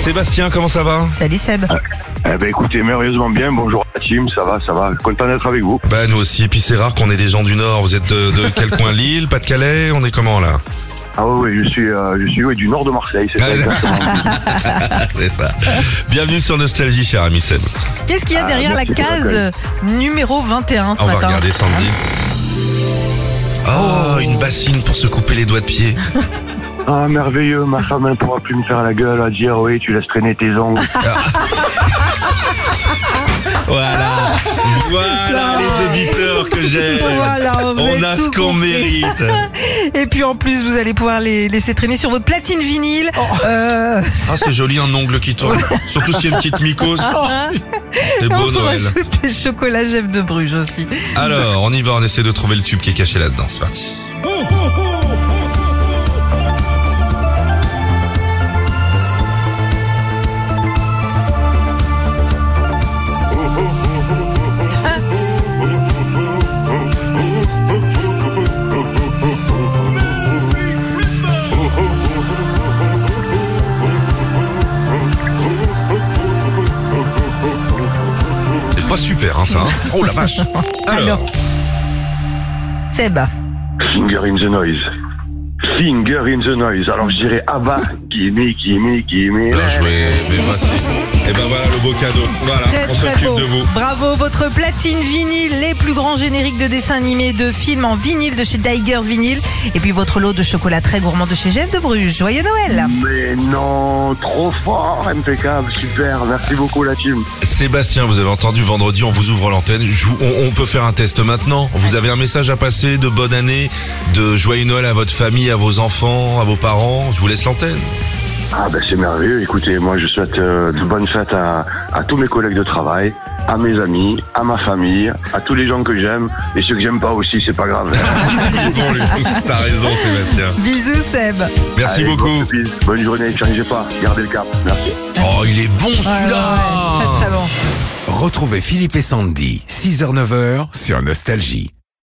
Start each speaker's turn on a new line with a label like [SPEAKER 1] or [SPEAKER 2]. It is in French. [SPEAKER 1] Sébastien, comment ça va
[SPEAKER 2] Salut Seb.
[SPEAKER 1] Ah.
[SPEAKER 3] Eh ben écoutez, merveilleusement bien, bonjour à la team, ça va, ça va, content d'être avec vous.
[SPEAKER 1] Bah nous aussi, et puis c'est rare qu'on ait des gens du Nord. Vous êtes de, de quel coin Lille, Pas-de-Calais On est comment là
[SPEAKER 3] Ah oui, oui, je suis, euh, je suis oui, du nord de Marseille, c'est ça
[SPEAKER 1] Ah,
[SPEAKER 3] exactement.
[SPEAKER 1] C'est ça. Bienvenue sur Nostalgie, cher ami Seb.
[SPEAKER 2] Qu'est-ce qu'il y a
[SPEAKER 3] Ah,
[SPEAKER 2] derrière la
[SPEAKER 3] merci pour
[SPEAKER 2] case
[SPEAKER 3] l'accueil.
[SPEAKER 2] numéro 21 ce
[SPEAKER 1] On va
[SPEAKER 2] matin
[SPEAKER 1] regarder Sandy. Oh, une bassine pour se couper les doigts de pied.
[SPEAKER 3] Ah merveilleux, ma femme elle pourra plus me faire la gueule à dire oui, tu laisses traîner tes ongles.
[SPEAKER 1] Voilà. Voilà les auditeurs que j'aime.
[SPEAKER 2] Voilà, on
[SPEAKER 1] On
[SPEAKER 2] avait
[SPEAKER 1] a
[SPEAKER 2] tout
[SPEAKER 1] ce qu'on
[SPEAKER 2] compris.
[SPEAKER 1] mérite.
[SPEAKER 2] Et puis en plus, vous allez pouvoir les laisser traîner sur votre platine vinyle.
[SPEAKER 1] Oh.
[SPEAKER 2] Euh,
[SPEAKER 1] Ah, c'est joli un ongle qui tourne. Surtout s'il y a une petite mycose. Ah, C'est
[SPEAKER 2] on
[SPEAKER 1] beau
[SPEAKER 2] pourra
[SPEAKER 1] Noël.
[SPEAKER 2] ajouter chocolat Jeff de Bruges aussi.
[SPEAKER 1] Alors, on y va, on essaie de trouver le tube qui est caché là-dedans. C'est parti. C'est pas super, hein, ça. hein. oh la vache. Alors,
[SPEAKER 2] Seb,
[SPEAKER 3] Finger in the noise. Finger in the noise. Alors je dirais Abba, guillemets, guillemets, guillemets.
[SPEAKER 1] bien joué. Mais voici. Et ben voilà le beau cadeau. Voilà,
[SPEAKER 2] très
[SPEAKER 1] on
[SPEAKER 2] très
[SPEAKER 1] s'occupe
[SPEAKER 2] beau.
[SPEAKER 1] de vous.
[SPEAKER 2] Bravo, votre platine vinyle, les plus grands génériques de dessins animés, de films en vinyle de chez Digers Vinyl. Et puis votre lot de chocolat très gourmand de chez Jeff de Bruges. Joyeux Noël
[SPEAKER 1] Mmh.
[SPEAKER 3] Mais non, trop fort, impeccable, super, merci beaucoup la team.
[SPEAKER 1] Sébastien, vous avez entendu vendredi, on vous ouvre l'antenne. Je vous- On, on peut faire un test maintenant. Vous avez un message à passer de bonne année, de joyeux Noël à votre famille, à vos enfants, à vos parents. Je vous laisse l'antenne.
[SPEAKER 3] Ah ben c'est merveilleux, écoutez, moi je souhaite euh, de bonnes fêtes à, à tous mes collègues de travail, à mes amis, à ma famille, à tous les gens que j'aime, et ceux que j'aime pas aussi, c'est pas grave.
[SPEAKER 1] Il est bon, lui. T'as raison, Sébastien.
[SPEAKER 2] Bisous Seb.
[SPEAKER 1] Merci
[SPEAKER 3] Allez,
[SPEAKER 1] beaucoup.
[SPEAKER 3] bonne surprise, Bonne journée, changez pas, gardez le cap, merci.
[SPEAKER 1] Oh, il est bon
[SPEAKER 2] Ah,
[SPEAKER 1] celui-là.
[SPEAKER 2] Ouais, ouais, ouais, très, très bon.
[SPEAKER 4] Retrouvez Philippe et Sandy, 6h-9h sur Nostalgie.